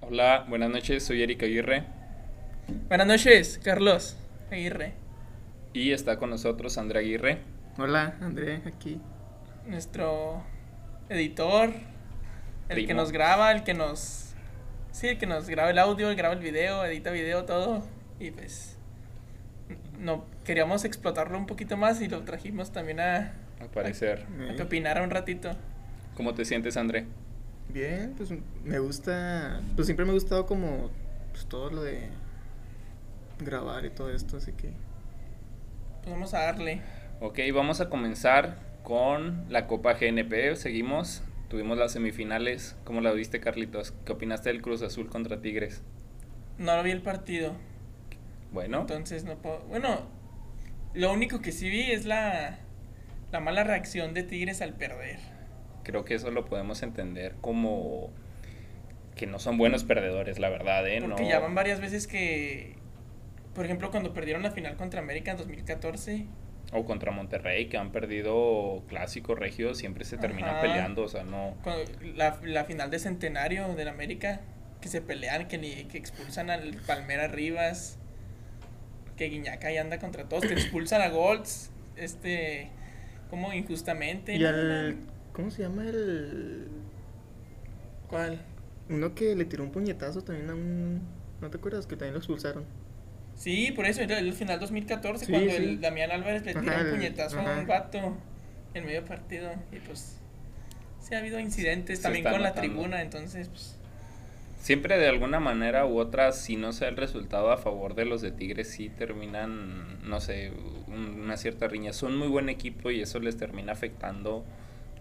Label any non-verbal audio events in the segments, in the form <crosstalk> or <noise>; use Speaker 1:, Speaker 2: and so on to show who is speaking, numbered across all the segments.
Speaker 1: Hola, buenas noches, soy Erika Aguirre
Speaker 2: Buenas noches, Carlos Aguirre.
Speaker 1: y está con nosotros Andrea Aguirre.
Speaker 3: Hola, André, aquí.
Speaker 2: Nuestro editor, el que
Speaker 1: Primo.
Speaker 2: nos graba, el que nos. Sí, el que nos graba el audio, el graba el video, edita video, todo. Y pues. No, queríamos explotarlo un poquito más y lo trajimos también a,
Speaker 1: Al parecer.
Speaker 2: a
Speaker 3: Ey.
Speaker 2: que opinara un ratito.
Speaker 1: ¿Cómo te sientes, André?
Speaker 3: Bien, pues me gusta, pues siempre me ha gustado como pues, todo lo de grabar y todo esto, así que
Speaker 2: Pues vamos a darle.
Speaker 1: Ok, vamos a comenzar con la Copa GNP. Seguimos. Tuvimos las semifinales. ¿Cómo la viste, Carlitos? ¿Qué opinaste del Cruz Azul contra Tigres?
Speaker 2: No lo vi el partido.
Speaker 1: Bueno,
Speaker 2: Entonces no puedo. Bueno, lo único que sí vi es la, la mala reacción de Tigres al perder.
Speaker 1: creo que eso lo podemos entender como que no son buenos perdedores, la verdad, ¿eh?
Speaker 2: Porque
Speaker 1: no...
Speaker 2: ya van varias veces que. Por ejemplo, cuando perdieron la final contra América en 2014.
Speaker 1: O contra Monterrey, que han perdido clásicos regios, siempre se terminan
Speaker 2: Ajá.
Speaker 1: peleando, o sea, no...
Speaker 2: cuando la, la final de Centenario del América. Que se pelean, que, ni, que expulsan al Palmera Rivas. Que Guiñaca ahí anda contra todos. Que expulsan a Golds. Este. Como injustamente.
Speaker 3: y al ¿cómo se llama el
Speaker 2: ¿Cuál?
Speaker 3: uno que le tiró un puñetazo también a un ¿no te acuerdas que también lo expulsaron? <laughs>
Speaker 2: Sí, por eso, el, el final 2014,
Speaker 3: Sí,
Speaker 2: cuando
Speaker 3: sí.
Speaker 2: el Damián Álvarez le
Speaker 3: Ajá,
Speaker 2: tira un
Speaker 3: el-
Speaker 2: puñetazo a
Speaker 3: ajá.
Speaker 2: un vato en medio partido. Y pues, sí ha habido incidentes
Speaker 1: Se
Speaker 2: también
Speaker 1: está
Speaker 2: con la
Speaker 1: notando.
Speaker 2: tribuna, entonces, pues,
Speaker 1: Siempre de alguna manera u otra, si no sea el resultado a favor de los de Tigres, sí terminan, no sé, un- una cierta riña. Son muy buen equipo y eso les termina afectando,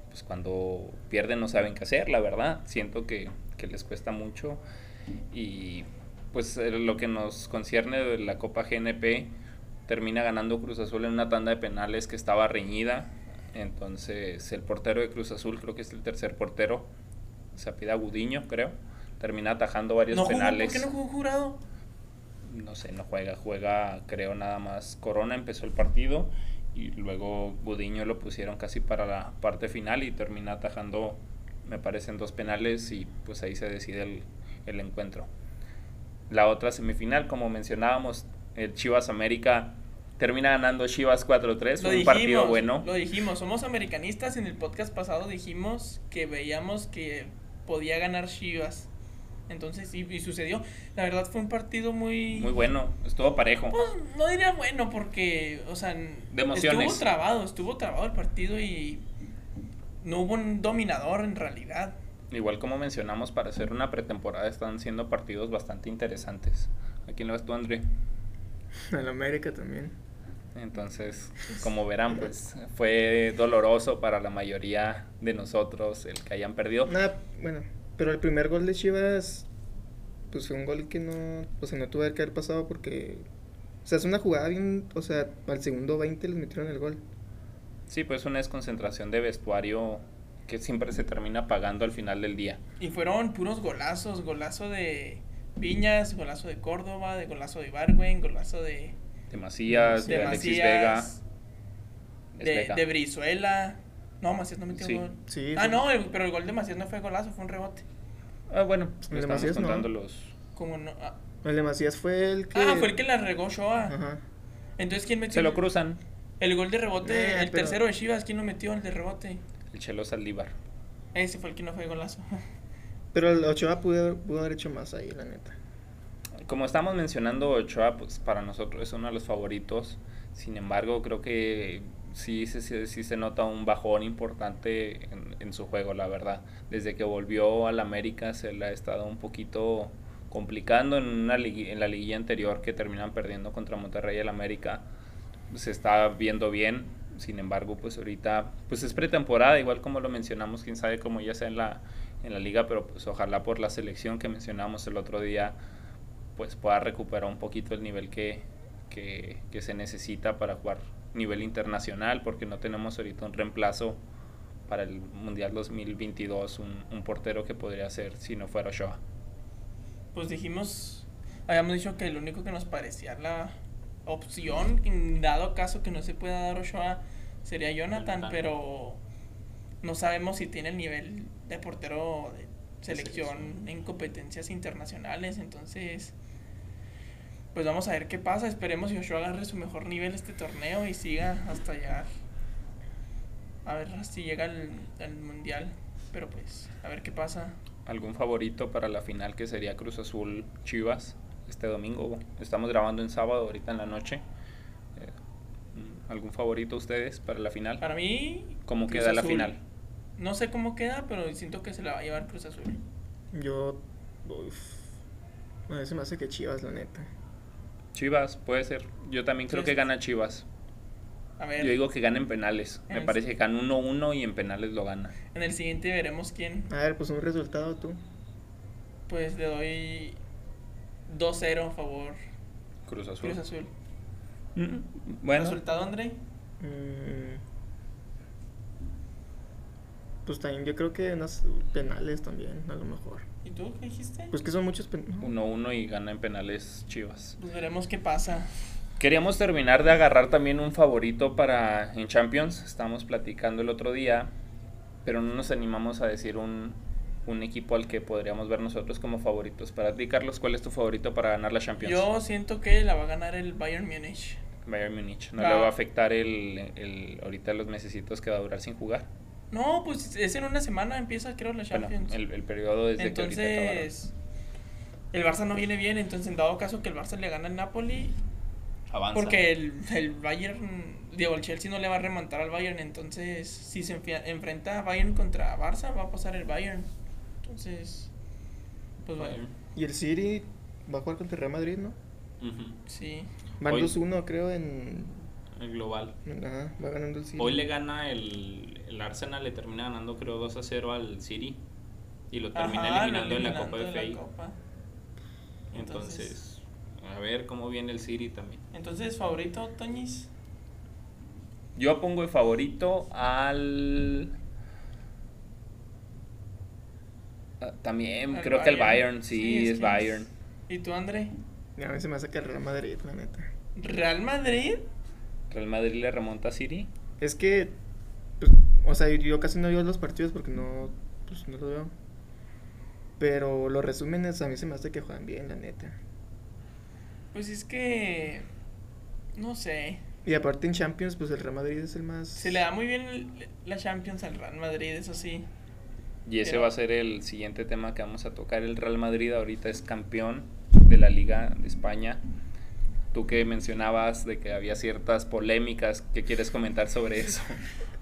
Speaker 1: pues cuando pierden no saben qué hacer, la verdad. Siento que, que les cuesta mucho. Y pues eh, lo que nos concierne de la Copa GNP, termina ganando Cruz Azul en una tanda de penales que estaba reñida. Entonces el portero de Cruz Azul, creo que es el tercer portero, Sapida Gudiño, creo, termina atajando varios
Speaker 2: no jugó, ¿por
Speaker 1: penales.
Speaker 2: qué no jugó jurado?
Speaker 1: No sé, no juega, juega creo nada más. Corona empezó el partido y luego Gudiño lo pusieron casi para la parte final y termina atajando, me parecen, dos penales y pues ahí se decide el, el encuentro. La otra semifinal, como mencionábamos, el Chivas América termina ganando Chivas 4-3,
Speaker 2: Lo
Speaker 1: fue un
Speaker 2: dijimos,
Speaker 1: partido bueno.
Speaker 2: lo dijimos, somos americanistas, en el podcast pasado dijimos que veíamos que podía ganar Chivas. Entonces, y, y sucedió. La verdad fue un partido muy...
Speaker 1: Muy bueno, estuvo parejo.
Speaker 2: Pues, no diría bueno porque, o sea,
Speaker 1: emociones.
Speaker 2: estuvo trabado, estuvo trabado el partido y no hubo un dominador en realidad.
Speaker 1: Igual como mencionamos, para hacer una pretemporada están siendo partidos bastante interesantes. ¿A quién le vas tú, André?
Speaker 3: Al América también.
Speaker 1: Entonces, como verán, pues fue doloroso para la mayoría de nosotros el que hayan perdido.
Speaker 3: Nada, bueno, pero el primer gol de Chivas pues fue un gol que no, o sea, no tuve que haber pasado porque o sea, es una jugada bien, o sea, al segundo 20 les metieron el gol.
Speaker 1: Sí, pues una desconcentración de vestuario que siempre se termina pagando al final del día.
Speaker 2: Y fueron puros golazos, golazo de Viñas, golazo de Córdoba, de golazo de Ibarwen, golazo de,
Speaker 1: De Macías, de,
Speaker 2: de
Speaker 1: Alexis
Speaker 2: Macías,
Speaker 1: Vega. Es
Speaker 2: de,
Speaker 1: Vega.
Speaker 2: de Brizuela. No, Macías no metió
Speaker 1: Sí.
Speaker 2: gol.
Speaker 3: Sí.
Speaker 2: Ah,
Speaker 3: fue-
Speaker 2: no, el- pero el gol de Macías no fue golazo, fue un rebote.
Speaker 1: Ah, bueno,
Speaker 3: de
Speaker 1: estamos
Speaker 3: Macías no.
Speaker 1: contando los...
Speaker 2: Como no, ah,
Speaker 3: Pues El de Macías fue el que.
Speaker 2: ah, fue el que la regó Shoa.
Speaker 3: Ajá.
Speaker 2: Entonces, ¿quién metió?
Speaker 1: Se lo
Speaker 2: el-
Speaker 1: cruzan.
Speaker 2: El gol de rebote,
Speaker 3: Eh,
Speaker 2: el
Speaker 3: pero-
Speaker 2: tercero de Chivas, ¿quién lo metió? El de rebote.
Speaker 1: El Chelo Saldívar.
Speaker 2: Ese fue el que no fue golazo. <laughs>
Speaker 3: Pero el Ochoa pudo, pudo haber hecho más ahí, la neta.
Speaker 1: Como estamos mencionando, Ochoa, pues para nosotros es uno de los favoritos. Sin embargo, creo que sí, se- se- sí se nota un bajón importante en, en su juego, la verdad. Desde que volvió al América se le ha estado un poquito complicando en, una ligui- en la liguilla anterior que terminan perdiendo contra Monterrey y el América. Se está viendo bien. Sin embargo, pues ahorita pues es pretemporada, igual como lo mencionamos, quién sabe cómo ya sea en la, en la liga, pero pues ojalá por la selección que mencionamos el otro día, pues pueda recuperar un poquito el nivel que, que, que se necesita para jugar nivel internacional, porque no tenemos ahorita un reemplazo para el Mundial 2022, un, un portero que podría ser si no fuera Ochoa.
Speaker 2: Pues dijimos, habíamos dicho que lo único que nos parecía la opción, en dado caso que no se pueda dar Ochoa, sería Jonathan,
Speaker 1: Jonathan.
Speaker 2: pero no sabemos si tiene el nivel de portero de selección en competencias internacionales. Entonces, pues vamos a ver qué pasa. Esperemos que Joshua agarre su mejor nivel este torneo y siga hasta llegar. A ver si llega al, al mundial. Pero pues, a ver qué pasa.
Speaker 1: ¿Algún favorito para la final que sería Cruz Azul Chivas este domingo? Estamos grabando en sábado, ahorita en la noche. Eh, ¿Algún favorito ustedes para la final?
Speaker 2: Para mí.
Speaker 1: ¿Cómo queda la
Speaker 2: Azul.
Speaker 1: final?
Speaker 2: No sé cómo queda, pero siento que se la va a llevar Cruz Azul.
Speaker 3: Yo. Uf. A mí se me hace que chivas, la neta.
Speaker 1: Chivas, puede ser. Yo también creo
Speaker 2: Sí,
Speaker 1: que
Speaker 2: sí.
Speaker 1: gana Chivas.
Speaker 2: A ver,
Speaker 1: Yo digo que gana en penales.
Speaker 2: En
Speaker 1: Me
Speaker 2: el-
Speaker 1: parece que gana 1-1 y en penales lo gana.
Speaker 2: en el siguiente veremos quién.
Speaker 3: A ver, pues un resultado tú.
Speaker 2: Pues le doy 2-0 a favor
Speaker 1: Cruz Azul.
Speaker 2: Cruz Azul.
Speaker 1: Mm, Bueno,
Speaker 2: ¿Resultado, André?
Speaker 3: Mm. Pues también, yo creo que unas penales también, a lo mejor.
Speaker 2: ¿Y tú qué dijiste? Pues,
Speaker 3: Pues que son muchos penales.
Speaker 1: 1-1 y gana en penales Chivas.
Speaker 2: Pues veremos qué pasa.
Speaker 1: Queríamos terminar de agarrar también un favorito para en Champions. Estábamos platicando el otro día, pero no nos animamos a decir un, un equipo al que podríamos ver nosotros como favoritos. Para ti, Carlos, ¿cuál es tu favorito para ganar la Champions?
Speaker 2: Yo siento que la va a ganar el Bayern Múnich.
Speaker 1: Bayern Múnich. ¿No
Speaker 2: Va.
Speaker 1: le va a afectar el, el- ahorita los mesecitos que va a durar sin jugar?
Speaker 2: No, pues es en una semana empieza, creo, la
Speaker 1: Bueno,
Speaker 2: Champions.
Speaker 1: el, el periodo desde que ahorita acabaron.
Speaker 2: entonces, el Barça no viene bien, entonces en dado caso que el Barça le gana al Napoli,
Speaker 1: Avanza.
Speaker 2: porque el, el Bayern, digo, el Chelsea no le va a remontar al Bayern, entonces si se enfia- enfrenta Bayern contra Barça, va a pasar el Bayern. Entonces, pues bueno,
Speaker 3: Y el City va a jugar contra el Real Madrid, ¿no?
Speaker 1: Ujú.
Speaker 2: sí.
Speaker 3: Van
Speaker 1: Hoy-
Speaker 3: 2-1, creo, en.
Speaker 1: El global.
Speaker 3: Ajá, va ganando el City.
Speaker 1: Hoy le gana el, el Arsenal, le termina ganando creo 2 a 0 al City y lo termina
Speaker 2: Ajá, lo
Speaker 1: eliminando en la
Speaker 2: eliminando
Speaker 1: Copa
Speaker 2: de la
Speaker 1: FA.
Speaker 2: Copa.
Speaker 1: Entonces, a ver cómo viene el City también.
Speaker 2: Entonces, favorito, Toñis.
Speaker 1: Yo pongo de favorito al... Ah, También
Speaker 2: Al
Speaker 1: creo que el
Speaker 2: Bayern.
Speaker 1: Bayern, sí,
Speaker 2: Sí, es
Speaker 1: es,
Speaker 2: que
Speaker 1: Bayern.
Speaker 2: es- ¿Y tú, André?
Speaker 3: A mí se me hace que el Real Madrid, la neta.
Speaker 2: ¿Real Madrid?
Speaker 1: Real Madrid le remonta a City.
Speaker 3: Es que, pues, o sea, yo casi no veo los partidos porque no, pues, no los veo. Pero los resúmenes a mí se me hace que juegan bien, la neta.
Speaker 2: Pues es que. No sé.
Speaker 3: Y aparte en Champions, pues el Real Madrid es el más...
Speaker 2: Se le da muy bien el- la Champions al Real Madrid, eso sí.
Speaker 1: Y ese
Speaker 2: Pero-
Speaker 1: va a ser el siguiente tema que vamos a tocar. El Real Madrid ahorita es campeón de la Liga de España. Tú que mencionabas de que había ciertas polémicas, ¿qué quieres comentar sobre eso?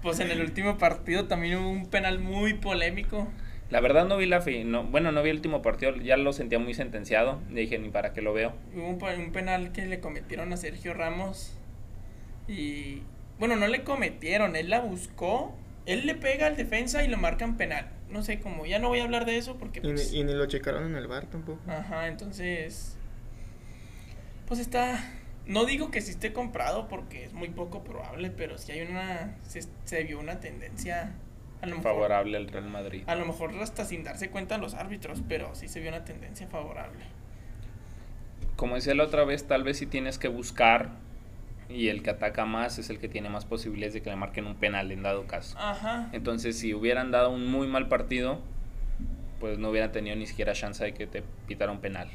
Speaker 2: Pues en el último partido también hubo un penal muy polémico.
Speaker 1: La verdad no vi la fi- no, bueno, no vi el último partido, ya lo sentía muy sentenciado. Le dije, ni para qué lo veo.
Speaker 2: Hubo un, pe- un penal que le cometieron a Sergio Ramos. Y. Bueno, no le cometieron, él la buscó. Él le pega al defensa y lo marcan penal. No sé cómo, ya no voy a hablar de eso porque.
Speaker 3: Y, ni-
Speaker 2: pues,
Speaker 3: y ni lo checaron en el bar tampoco.
Speaker 2: Ajá, entonces. Pues está. No digo que sí esté comprado porque es muy poco probable, pero sí hay una. Se, se vio una tendencia. A lo mejor.
Speaker 1: Favorable al Real Madrid.
Speaker 2: A lo mejor hasta sin darse cuenta los árbitros, pero sí se vio una tendencia favorable.
Speaker 1: Como decía la otra vez, tal vez si tienes que buscar y el que ataca más es el que tiene más posibilidades de que le marquen un penal en dado caso.
Speaker 2: Ajá.
Speaker 1: Entonces, si hubieran dado un muy mal partido, pues no hubieran tenido ni siquiera chance de que te pitara un penal.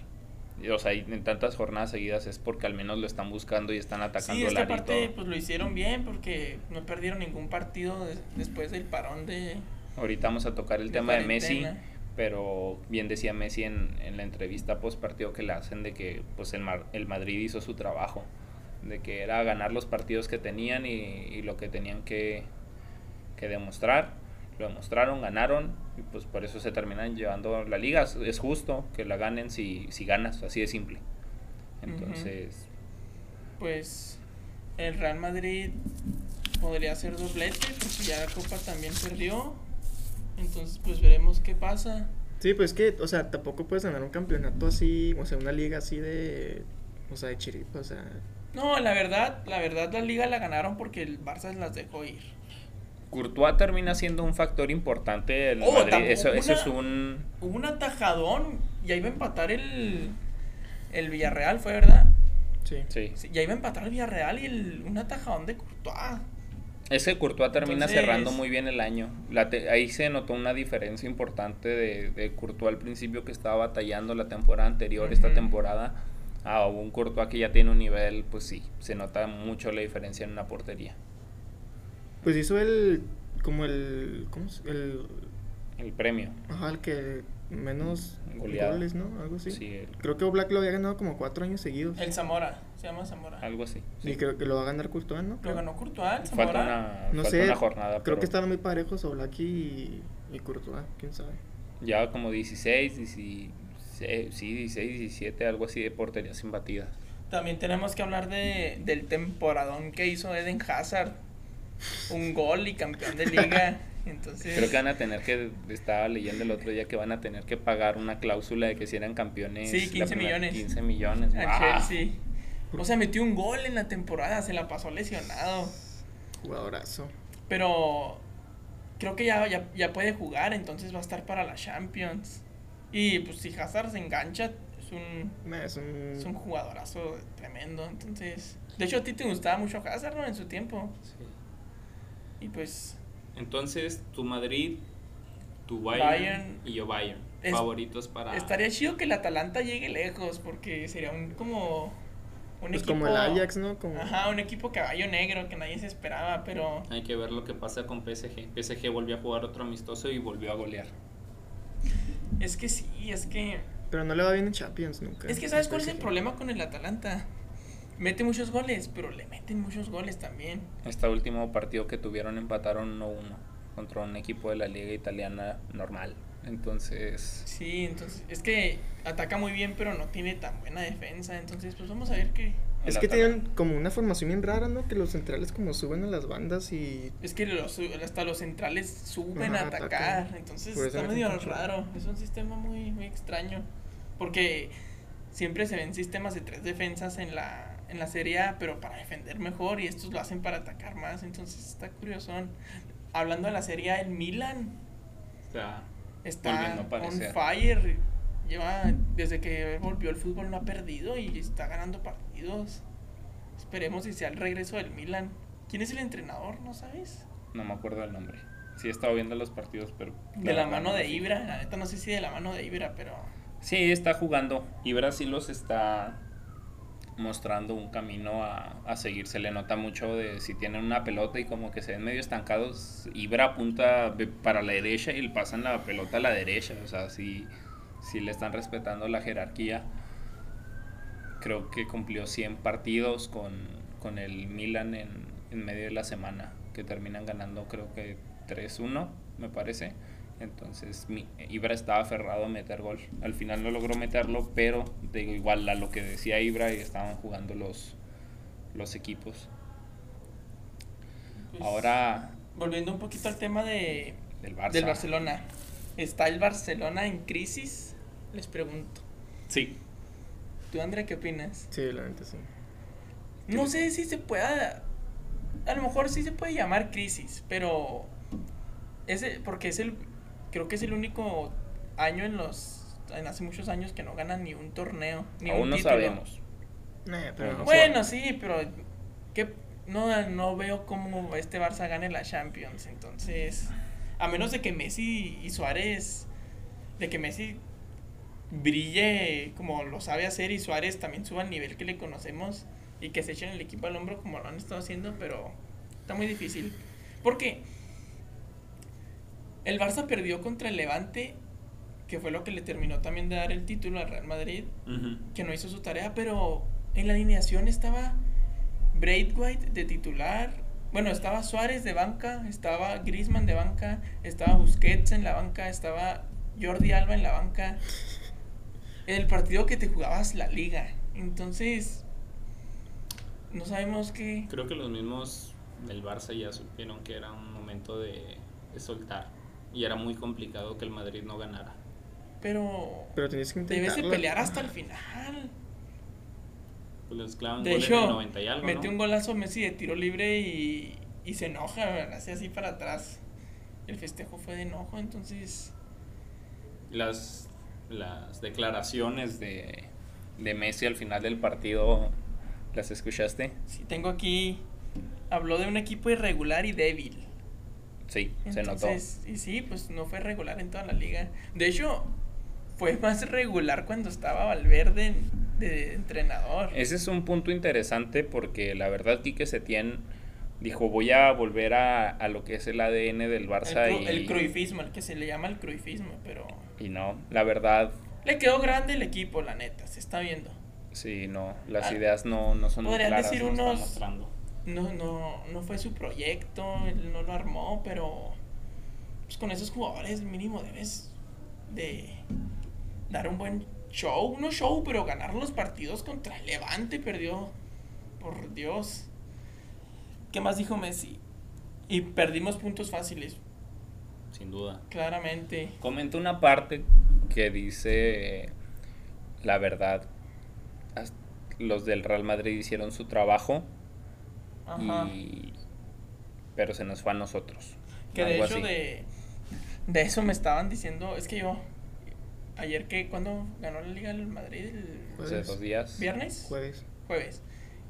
Speaker 1: Y, O sea, y en tantas jornadas seguidas es porque al menos lo están buscando y están atacando
Speaker 2: Sí,
Speaker 1: el
Speaker 2: esta
Speaker 1: área y
Speaker 2: parte
Speaker 1: todo.
Speaker 2: pues lo hicieron bien porque no perdieron ningún partido des- después del parón de.
Speaker 1: Ahorita vamos a tocar el
Speaker 2: de
Speaker 1: tema de Messi,
Speaker 2: cuarentena.
Speaker 1: pero bien decía Messi en, en la entrevista post partido que le hacen de que pues el, Mar- el Madrid hizo su trabajo, de que era ganar los partidos que tenían y, y lo que tenían que, que demostrar. Lo demostraron, ganaron y pues por eso se terminan llevando la liga. Es- Es justo que la ganen si, si ganas, así de simple. Entonces,
Speaker 2: Pues el Real Madrid podría hacer doblete porque ya la Copa también perdió. Entonces pues veremos qué pasa.
Speaker 3: Sí, pues que, o sea, tampoco puedes ganar un campeonato así, o sea, una liga así de... O sea, de chiripa, o sea...
Speaker 2: No, la verdad, la verdad la liga la ganaron porque el Barça las dejó ir.
Speaker 1: Courtois termina siendo un factor importante en el
Speaker 2: Oh,
Speaker 1: Madrid.
Speaker 2: tampoco
Speaker 1: Eso, eso
Speaker 2: una-
Speaker 1: es un...
Speaker 2: Hubo un atajadón, ya iba a empatar el, el Villarreal, fue verdad.
Speaker 3: Sí.
Speaker 1: Sí.
Speaker 2: Sí, Ya iba a empatar el Villarreal y el- un atajadón de Courtois.
Speaker 1: Ese Courtois termina
Speaker 2: Entonces-
Speaker 1: cerrando muy bien el año. La te- ahí se notó una diferencia importante de, de Courtois al principio que estaba batallando la temporada anterior, esta
Speaker 2: Ujú.
Speaker 1: temporada, a un Courtois que ya tiene un nivel, pues sí, se nota mucho la diferencia en una portería.
Speaker 3: Pues hizo el. Como el. ¿Cómo se- El.
Speaker 1: El premio.
Speaker 3: Ajá, el que menos
Speaker 1: Goleado.
Speaker 3: goles, ¿no? Algo así.
Speaker 1: Sí, el-
Speaker 3: Creo que Black lo había ganado como cuatro años seguidos.
Speaker 2: El Zamora, se llama Zamora.
Speaker 1: algo así.
Speaker 3: Y creo que lo va a ganar Courtois, ¿no?
Speaker 2: Lo
Speaker 3: Creo.
Speaker 2: ganó Courtois, el Zamora.
Speaker 1: Falta una,
Speaker 3: No
Speaker 1: falta
Speaker 3: sé.
Speaker 1: una jornada.
Speaker 3: Creo
Speaker 1: pero
Speaker 3: que estaban muy parejos Oblak y, y Courtois, quién sabe.
Speaker 1: Ya como 16, 16, sí, 16, 17, algo así de porterías sin batidas.
Speaker 2: También tenemos que hablar de, del temporadón que hizo Eden Hazard. Un gol y campeón
Speaker 1: <laughs>
Speaker 2: de liga. Entonces,
Speaker 1: Creo que van a tener que, estaba leyendo el otro día que van a tener que pagar una cláusula de que si eran campeones.
Speaker 2: Sí,
Speaker 1: la
Speaker 2: 15
Speaker 1: primera-
Speaker 2: millones. Ah,
Speaker 1: 15 millones.
Speaker 2: a
Speaker 1: ¡guau!
Speaker 2: Chelsea. O sea, metió un gol en la temporada, se la pasó lesionado.
Speaker 3: Jugadorazo.
Speaker 2: Pero creo que ya, ya, ya puede jugar, entonces va a estar para la Champions. Y pues si Hazard se engancha, es un,
Speaker 3: Nah, es un.
Speaker 2: es un jugadorazo tremendo. Entonces, de hecho, a ti te gustaba mucho Hazard ¿no? en su tiempo. Y pues
Speaker 4: Entonces, tu Madrid, tu Bayern,
Speaker 2: Bayern.
Speaker 4: y yo Bayern.
Speaker 2: Es-
Speaker 4: favoritos
Speaker 1: Ah.
Speaker 4: para.
Speaker 2: estaría chido que el Atalanta llegue lejos, porque sería un como. Un
Speaker 3: pues
Speaker 2: equipo.
Speaker 3: como el Ajax, ¿no? Como,
Speaker 2: Ajá, un equipo caballo negro que nadie se esperaba, pero.
Speaker 4: Hay que ver lo que pasa con PSG. PSG volvió a jugar otro amistoso y volvió a golear.
Speaker 2: Es que sí, es que.
Speaker 3: Pero no le va bien en Champions nunca.
Speaker 2: Es que sabes cuál es el
Speaker 3: PSG.
Speaker 2: problema con el Atalanta. Mete muchos goles, pero le meten muchos goles también.
Speaker 1: Este último partido que tuvieron empataron 1-1 contra un equipo de la liga italiana normal. Entonces,
Speaker 2: Sí, entonces. Es que ataca muy bien, pero no tiene tan buena defensa. Entonces, pues vamos a ver qué.
Speaker 3: Es
Speaker 1: el
Speaker 3: que
Speaker 1: Atalanta-
Speaker 3: tienen como una formación bien rara, ¿no? Que los centrales como suben a las bandas y
Speaker 2: Es que los- hasta los centrales suben
Speaker 3: Ajá,
Speaker 2: a atacar.
Speaker 3: atacan.
Speaker 2: Entonces
Speaker 3: Por eso
Speaker 2: está
Speaker 3: meten
Speaker 2: medio
Speaker 3: mucho.
Speaker 2: raro. Es un sistema muy, muy extraño. Porque siempre se ven sistemas de tres defensas en la, en la Serie A, pero para defender mejor. Y estos lo hacen para atacar más. Entonces está curioso. Hablando de la Serie A, el Milan
Speaker 4: O sea,
Speaker 2: está
Speaker 1: Volviendo a
Speaker 2: on
Speaker 1: aparecer.
Speaker 2: fire. Lleva, desde que volvió el fútbol no ha perdido y está ganando partidos. Esperemos si sea el regreso del Milan. ¿Quién es el entrenador? ¿No sabes?
Speaker 1: no me acuerdo el nombre. Sí, he estado viendo los partidos, pero...
Speaker 2: De la
Speaker 1: verdad
Speaker 2: mano
Speaker 1: no
Speaker 2: de
Speaker 1: sé.
Speaker 2: Ibra, la neta no sé si de la mano de Ibra, pero
Speaker 1: Sí, está jugando. Y Brasil los está mostrando un camino a, a seguir. Se le nota mucho de si tienen una pelota y como que se ven medio estancados. Ibra apunta de- para la derecha y le pasan la pelota a la derecha. O sea, sí, sí le están respetando la jerarquía. Creo que cumplió 100 partidos con, con el Milan en, en medio de la semana, que terminan ganando creo que 3-1, me parece. Entonces mi- Ibra estaba aferrado a meter gol. Al final no logró meterlo, pero de igual a lo que decía Ibra y estaban jugando los, los equipos.
Speaker 2: pues,
Speaker 1: Ahora
Speaker 2: volviendo un poquito al tema de,
Speaker 1: del Barça.
Speaker 2: del Barcelona. ¿Está el Barcelona en crisis? Les pregunto.
Speaker 4: sí.
Speaker 2: ¿Tú, Andrea, qué opinas?
Speaker 3: sí, la neta sí.
Speaker 2: No sé si se pueda. A lo mejor sí se puede llamar crisis, pero. Ese, porque es el. Creo que es el único año en los. En hace muchos años que no ganan ni un torneo. Ni
Speaker 1: Aún
Speaker 2: un
Speaker 1: no
Speaker 2: título.
Speaker 1: sabemos.
Speaker 3: Nah, pero
Speaker 1: Bueno,
Speaker 2: Bueno, sí, pero que no, no veo cómo este Barça gane la Champions. Entonces, a menos de que Messi y Suárez, de que Messi brille como lo sabe hacer y Suárez también suba al nivel que le conocemos y que se echen el equipo al hombro como lo han estado haciendo, pero está muy difícil. Porque el Barça perdió contra el Levante, que fue lo que le terminó también de dar el título al Real Madrid
Speaker 4: Ujú.
Speaker 2: que no hizo su tarea, pero en la alineación estaba Braithwaite de titular. Bueno, estaba Suárez de banca, estaba Griezmann de banca, estaba Busquets en la banca, estaba Jordi Alba en la banca. El partido que te jugabas la liga. Entonces, no sabemos qué.
Speaker 4: Creo que los mismos del Barça ya supieron que era un momento de, de soltar. Y era muy complicado que el Madrid no ganara.
Speaker 2: Pero
Speaker 3: Pero tenías que intentarlo.
Speaker 2: debes de pelear hasta el final.
Speaker 4: Pues les clavan
Speaker 2: De
Speaker 4: goles
Speaker 2: hecho,
Speaker 4: de 90 y algo.
Speaker 2: Mete
Speaker 4: ¿no?
Speaker 2: un golazo Messi de tiro libre y, y se enoja, hace así para atrás. El festejo fue de enojo, entonces
Speaker 1: las, las declaraciones de, de Messi al final del partido, ¿las escuchaste?
Speaker 2: sí tengo aquí habló de un equipo irregular y débil.
Speaker 1: Sí,
Speaker 2: Entonces, Y sí, pues no fue regular en toda la liga. De hecho, fue más regular cuando estaba Valverde de
Speaker 1: se
Speaker 2: entrenador.
Speaker 1: notó. Ese es un punto interesante porque la verdad Quique Setién dijo voy a volver a, a lo que es el ADN del Barça
Speaker 2: el, cru-
Speaker 1: y,
Speaker 2: el cruifismo, el que se le llama el cruifismo, pero
Speaker 1: y no, la verdad
Speaker 2: le quedó grande el equipo, la neta, se está viendo.
Speaker 1: sí, no, las
Speaker 2: Ah,
Speaker 1: ideas no, no son
Speaker 2: podrían
Speaker 1: claras.
Speaker 2: decir
Speaker 1: no
Speaker 2: un-
Speaker 4: Está
Speaker 2: unos-
Speaker 4: mostrando.
Speaker 2: No, no, no fue su proyecto, él no lo armó, pero pues con esos jugadores mínimo debes de dar un buen show, no show, pero ganar los partidos contra el Levante perdió, por Dios. ¿Qué más dijo Messi? Y perdimos puntos fáciles,
Speaker 4: Sin duda.
Speaker 2: claramente.
Speaker 1: Comenta una parte que dice eh, la verdad. As- Los del Real Madrid hicieron su trabajo
Speaker 2: Ajá.
Speaker 1: y pero se nos fue a nosotros.
Speaker 2: Que de
Speaker 1: algo
Speaker 2: hecho
Speaker 1: así.
Speaker 2: de, de eso me estaban diciendo, es que yo, ayer que cuando ganó la Liga del Madrid, el
Speaker 1: Hace
Speaker 4: Pues,
Speaker 1: dos días.
Speaker 2: viernes,
Speaker 3: Jueves.
Speaker 2: jueves,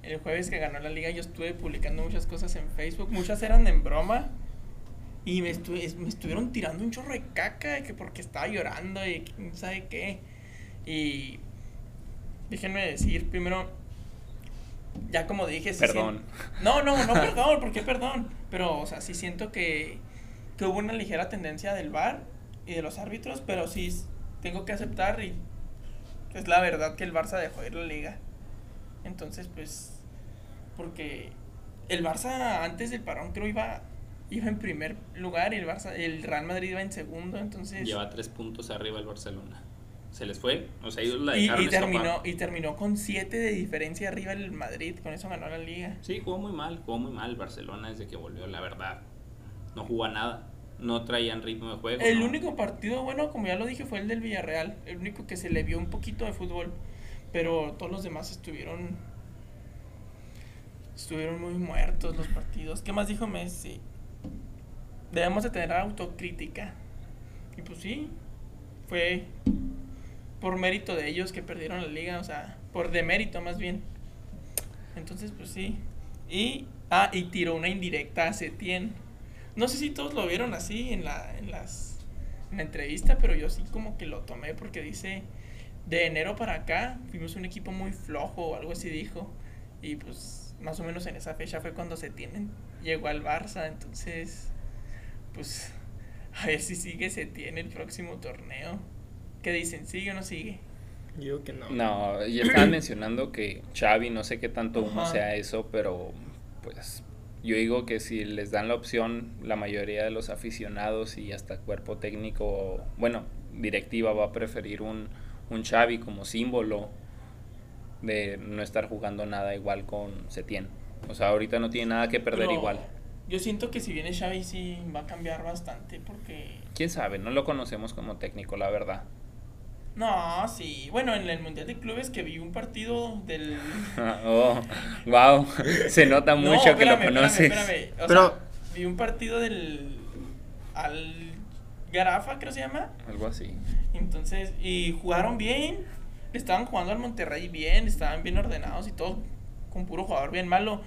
Speaker 2: el jueves que ganó la liga yo estuve publicando muchas cosas en Facebook, muchas eran en broma y me, estu- es- me estuvieron tirando un chorro de caca de que porque estaba llorando y quién sabe qué. Y déjenme decir primero, ya como dije, sí
Speaker 1: Perdón.
Speaker 2: no, no, no, perdón, ¿por qué perdón? Pero, o sea, sí siento que, que hubo una ligera tendencia del VAR y de los árbitros, pero sí s- tengo que aceptar y es la verdad que el Barça dejó ir la liga. Entonces, pues, porque el Barça antes del parón creo iba, iba en primer lugar y el, Barça, el Real Madrid iba en segundo, entonces...
Speaker 4: Lleva tres puntos arriba el Barcelona. Se les fue. O sea, ellos la
Speaker 2: Y,
Speaker 4: dejaron
Speaker 2: y terminó,
Speaker 4: escapar.
Speaker 2: y terminó con 7 de diferencia arriba el Madrid, con eso ganó la liga.
Speaker 4: Sí, jugó muy mal. Jugó muy mal el Barcelona desde que volvió, la verdad. No jugó a nada. No traían ritmo de juego.
Speaker 2: El
Speaker 4: no.
Speaker 2: único partido bueno, como ya lo dije, fue el del Villarreal. El único que se le vio un poquito de fútbol. Pero todos los demás estuvieron. Estuvieron muy muertos los partidos. ¿Qué más dijo Messi? Debemos de tener autocrítica. Y pues sí. Fue por mérito de ellos que perdieron la liga. O sea, por demérito más bien. Entonces, pues sí. Y. Ah, y tiró una indirecta a Setién. No sé si todos lo vieron así en la, en las, en la entrevista, pero yo sí como que lo tomé porque dice, de enero para acá fuimos un equipo muy flojo o algo así dijo. Y pues más o menos en esa fecha fue cuando se tienen, llegó al Barça, entonces pues a ver si sigue se tiene el próximo torneo. ¿Qué dicen? ¿Sigue o no sigue?
Speaker 3: Yo que no.
Speaker 1: No, y estaban mencionando que Xavi, no sé qué tanto humo
Speaker 2: Ajá.
Speaker 1: sea eso, pero pues yo digo que si les dan la opción, la mayoría de los aficionados y hasta cuerpo técnico, bueno, directiva va a preferir un, un Xavi como símbolo de no estar jugando nada igual con Setién. O sea, ahorita no tiene nada que perder
Speaker 2: Pero
Speaker 1: igual.
Speaker 2: Yo siento que si viene Xavi sí va a cambiar bastante porque
Speaker 1: ¿Quién sabe? No lo conocemos como técnico, la verdad. <laughs>
Speaker 2: No, sí. Bueno, en el Mundial de Clubes que vi un partido del...
Speaker 1: oh, wow, <laughs> se nota <laughs>
Speaker 2: No,
Speaker 1: mucho que lo
Speaker 2: espérame, espérame,
Speaker 1: conoces.
Speaker 2: espérame. O
Speaker 3: Pero-
Speaker 2: sea, vi un partido del... Al... Garafa, creo se llama.
Speaker 1: Algo así.
Speaker 2: Entonces, y jugaron bien. Le estaban jugando al Monterrey bien, estaban bien ordenados y todo, con puro jugador bien malo.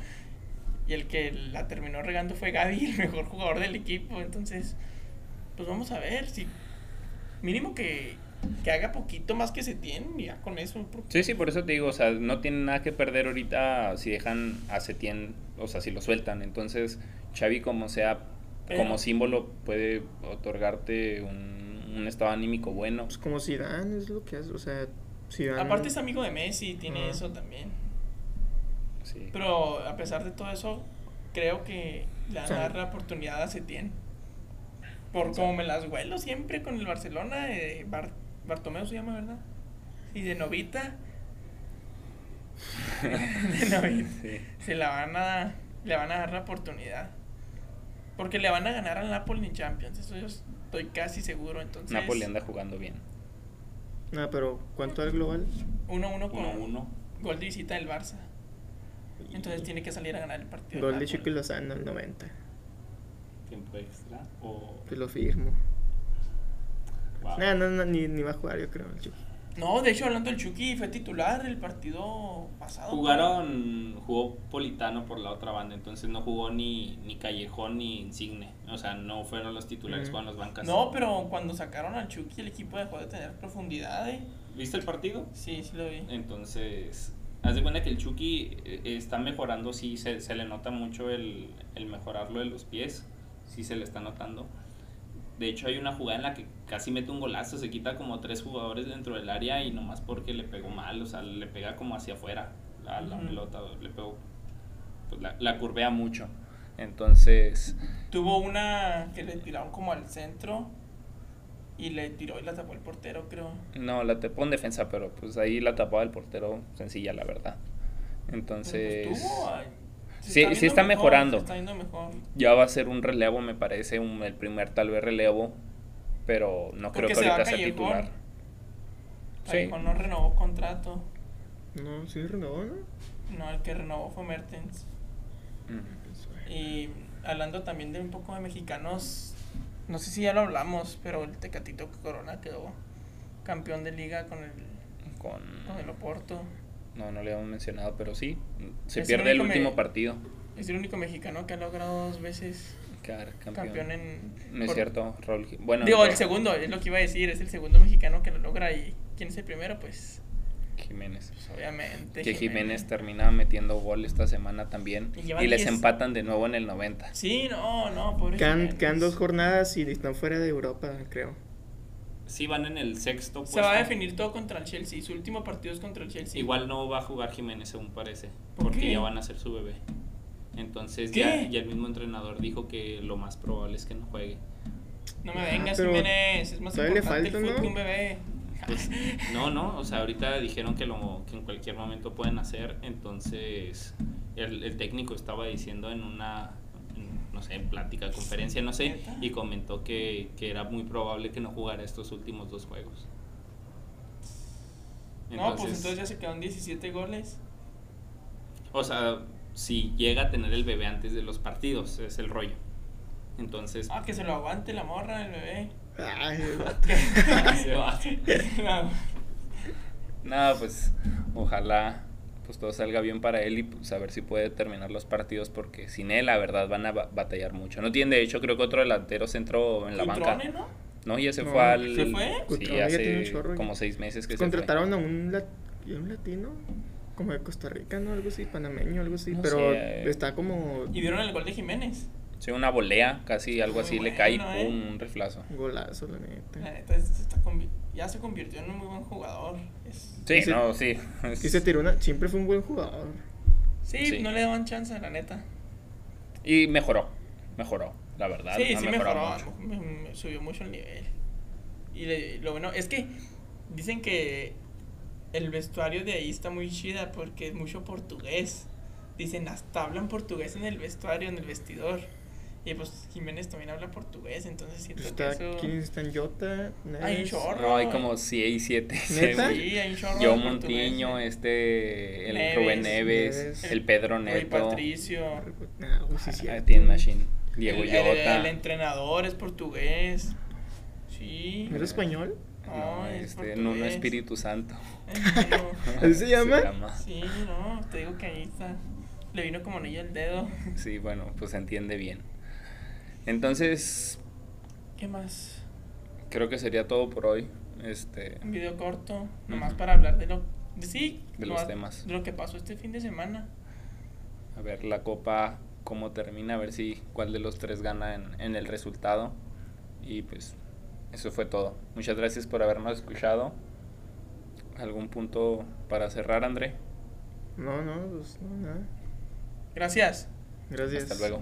Speaker 2: Y el que la terminó regando fue Gaby, <laughs> el mejor jugador del equipo. Entonces, pues vamos a ver si. Mínimo que, que haga poquito más que se tiene, ya con eso. porque-
Speaker 1: Sí, sí, por eso te digo, o sea, no tienen nada que perder ahorita si dejan a Setién, o sea, si lo sueltan. Entonces, Xavi como sea,
Speaker 2: Pero-
Speaker 1: como símbolo puede otorgarte un, un estado anímico bueno.
Speaker 3: Pues como Zidane es lo que hace, o sea, Zidane...
Speaker 2: Aparte es amigo de Messi, tiene
Speaker 3: Ajá.
Speaker 2: eso también.
Speaker 1: Sí.
Speaker 2: Pero a pesar de todo eso, creo que le van
Speaker 3: Sí.
Speaker 2: a dar la oportunidad a Setién. Por como me las huelo siempre con el Barcelona, eh, Bar- Bartomeu se llama, ¿verdad? Y de Novita. <laughs> de Novita.
Speaker 1: Sí.
Speaker 2: Se la van a, le van a dar la oportunidad. Porque le van a ganar al Napoli en Champions, eso yo estoy casi seguro. Entonces,
Speaker 1: Napoli anda jugando bien.
Speaker 3: Ah, pero ¿cuánto al global?
Speaker 2: 1-1 con
Speaker 4: 1-1.
Speaker 2: gol de visita del Barça. Entonces tiene que salir a ganar el partido.
Speaker 3: Gol
Speaker 2: del
Speaker 3: de
Speaker 2: Napoli.
Speaker 3: Chico y Lozano al 90.
Speaker 4: Tiempo extra. O.
Speaker 3: Pues lo firmo.
Speaker 4: Wow.
Speaker 3: Nah, no, no, ni, ni va a jugar yo creo el Chico.
Speaker 2: No, de hecho, hablando del Chucky, fue titular el partido pasado.
Speaker 4: Jugaron, jugó Politano por la otra banda, entonces no jugó ni, ni Callejón ni Insigne. O sea, no fueron los titulares,
Speaker 3: Mm.
Speaker 4: fueron los bancas.
Speaker 2: No, pero cuando sacaron al Chucky, el equipo dejó de tener profundidad, ¿eh?
Speaker 4: ¿Viste el partido?
Speaker 2: Sí, sí lo vi.
Speaker 1: Eh.
Speaker 4: Entonces, haz de cuenta que el Chucky eh, está mejorando, sí, se, se le nota mucho el, el mejorarlo de los pies, sí se le está notando. De hecho, hay una jugada en la que casi mete un golazo, se quita como tres jugadores dentro del área y nomás porque le pegó mal, o sea, le pega como hacia afuera la, la
Speaker 2: Ujú.
Speaker 4: pelota, le pegó, pues, la, la curvea
Speaker 1: Vea
Speaker 4: mucho.
Speaker 1: mucho. Entonces,
Speaker 2: Tuvo una que le tiraron como al centro y le tiró y la tapó el portero, creo.
Speaker 1: no, la tapó en defensa, pero pues ahí la tapaba el portero sencilla, la verdad.
Speaker 2: Pero,
Speaker 1: Entonces,
Speaker 2: pues, tuvo, ay, se
Speaker 1: Sí, sí
Speaker 2: viendo
Speaker 1: está
Speaker 2: mejor,
Speaker 1: mejorando.
Speaker 2: se está yendo mejor.
Speaker 1: ya va a ser un relevo, me parece, un- el primer tal vez relevo, pero no creo
Speaker 2: Porque
Speaker 1: que
Speaker 2: se va
Speaker 1: ahorita sea
Speaker 2: Callejón.
Speaker 1: titular. Sí,
Speaker 2: Callejón no renovó contrato.
Speaker 3: No, sí renovó, ¿no?
Speaker 2: No, el que renovó fue Mertens.
Speaker 1: Mm.
Speaker 3: Pues, bueno.
Speaker 2: Y hablando también de un poco de mexicanos, no sé si ya lo hablamos, pero el Tecatito Corona quedó campeón de liga con el,
Speaker 1: con
Speaker 2: con el Oporto.
Speaker 1: no no le habíamos mencionado pero sí se
Speaker 2: Es el
Speaker 1: pierde el
Speaker 2: único me-
Speaker 1: último partido
Speaker 2: Es el único mexicano que ha logrado dos veces
Speaker 1: quedar campeón,
Speaker 2: campeón, en...
Speaker 1: no es
Speaker 2: por-
Speaker 1: cierto Raúl Gil- bueno
Speaker 2: Digo,
Speaker 1: no,
Speaker 2: el segundo, es lo que iba a decir, es el segundo mexicano que lo logra y ¿quién es el primero? Pues,
Speaker 1: Jiménez
Speaker 2: pues, obviamente.
Speaker 1: que Jiménez termina metiendo gol esta semana también
Speaker 2: Y
Speaker 1: y,
Speaker 2: llevan
Speaker 1: les
Speaker 2: 10.
Speaker 1: empatan de nuevo en el 90
Speaker 2: Sí, no, no, pobre
Speaker 3: Quedan,
Speaker 2: Jiménez.
Speaker 3: quedan dos jornadas y están fuera de Europa, creo.
Speaker 4: Sí, van en el sexto
Speaker 2: Se va a
Speaker 4: puesto.
Speaker 2: definir todo contra el Chelsea, su último partido es contra el Chelsea.
Speaker 4: Igual no va a jugar Jiménez, según parece,
Speaker 2: ¿Por
Speaker 4: porque
Speaker 2: qué?
Speaker 4: ya van a ser su bebé. Entonces
Speaker 2: ¿Qué?
Speaker 4: ya, ya el mismo entrenador dijo que lo más probable es que no juegue.
Speaker 2: No me vengas,
Speaker 3: Pero
Speaker 2: Jiménez, es más
Speaker 3: todavía le
Speaker 2: importante el
Speaker 3: falta,
Speaker 2: fútbol
Speaker 3: ¿no?
Speaker 2: que un bebé. <laughs>
Speaker 4: Pues, no, no, o sea, ahorita dijeron que, lo, que en cualquier momento pueden hacer, entonces el, el técnico estaba diciendo en una, en, no sé, plática, conferencia, no sé,
Speaker 2: ¿Neta?
Speaker 4: y comentó que, que era muy probable que no jugara estos últimos dos juegos.
Speaker 2: no, pues entonces ya se quedaron 17 goles.
Speaker 4: O sea, si llega a tener el bebé antes de los partidos, es el rollo. Entonces,
Speaker 2: Ah, que se lo aguante la morra, el bebé.
Speaker 3: Ay,
Speaker 2: <laughs>
Speaker 4: se va.
Speaker 2: No.
Speaker 1: nada pues ojalá pues todo salga bien para él y pues, a ver si puede terminar los partidos porque sin él la verdad van a ba- batallar mucho no tiene de hecho creo que otro delantero centro en la banca
Speaker 2: Cutrone, ¿no?
Speaker 1: no ya se
Speaker 3: No,
Speaker 1: fue al
Speaker 2: ¿se fue?
Speaker 1: sí
Speaker 3: Cutrone ya tiene un
Speaker 1: hace
Speaker 3: chorro ya.
Speaker 1: como seis meses que se fue.
Speaker 3: Contrataron a un, lat- y un latino, como de Costa Rica, ¿no? Algo así, panameño, algo así.
Speaker 1: No
Speaker 3: pero
Speaker 1: sé, eh.
Speaker 3: está como
Speaker 2: Y vieron el gol de Jiménez.
Speaker 1: Sí, una volea, casi algo
Speaker 2: Muy
Speaker 1: así, le
Speaker 2: bueno,
Speaker 1: cae y
Speaker 2: ¿eh?
Speaker 1: pum, un riflazo.
Speaker 3: golazo, la
Speaker 2: La
Speaker 3: neta.
Speaker 2: neta, este está convi- ya se convirtió en un muy buen jugador. Es-
Speaker 1: Sí,
Speaker 3: Y se-
Speaker 1: no, sí. es-
Speaker 3: Y se tiró una. Siempre fue un buen jugador.
Speaker 2: Sí,
Speaker 1: Sí.
Speaker 2: no le daban chance, la neta.
Speaker 1: Y mejoró, mejoró, la verdad.
Speaker 2: sí,
Speaker 1: ha
Speaker 2: sí
Speaker 1: mejorado
Speaker 2: mejoró.
Speaker 1: mucho.
Speaker 2: me- me subió mucho el nivel. Y le- lo bueno es que dicen que el vestuario de ahí está muy chida porque es mucho portugués. Dicen, hasta hablan portugués en el vestuario, en el vestidor. Y pues Jiménez también habla portugués, entonces siento
Speaker 3: Pues está,
Speaker 2: que eso...
Speaker 3: ¿Quiénes están? Jota, Neves.
Speaker 2: Hay un chorro.
Speaker 1: No, hay como 6, 7.
Speaker 3: ¿Neta?
Speaker 2: Sí, hay un chorro
Speaker 1: Yo
Speaker 2: de portugués,
Speaker 1: Montiño,
Speaker 2: eh.
Speaker 1: este, el
Speaker 2: Neves.
Speaker 1: Rubén Neves,
Speaker 3: Neves.
Speaker 1: el Pedro
Speaker 2: Rui
Speaker 1: Neto,
Speaker 2: Patricio.
Speaker 3: Ah, pues sí,
Speaker 1: ah,
Speaker 3: cierto.
Speaker 1: Team Machine, Diego
Speaker 2: el, el-
Speaker 1: Llota.
Speaker 2: el entrenador es portugués. Sí.
Speaker 3: ¿No ¿Era español?
Speaker 1: No,
Speaker 2: No, es
Speaker 1: este,
Speaker 2: portugués.
Speaker 1: Nuno Espíritu Santo.
Speaker 2: en
Speaker 1: <laughs>
Speaker 2: serio.
Speaker 3: ¿Así se llama?
Speaker 2: Sí, no, te digo que ahí está. Le vino como anillo el dedo.
Speaker 1: Sí, bueno, pues se entiende bien. Entonces,
Speaker 2: ¿Qué más?
Speaker 1: creo que sería todo por hoy. Este,
Speaker 2: Un video corto, nomás
Speaker 1: Ujú.
Speaker 2: para hablar de lo. de- sí,
Speaker 1: De
Speaker 2: lo-
Speaker 1: los temas.
Speaker 2: De lo que pasó este fin de semana.
Speaker 1: A ver la copa, cómo termina, a ver si cuál de los tres gana en, en el resultado. Y pues eso fue todo. Muchas gracias por habernos escuchado. ¿Algún punto para cerrar, André?
Speaker 3: No, no, pues no, nada.
Speaker 2: Gracias.
Speaker 3: Gracias.
Speaker 1: Hasta luego.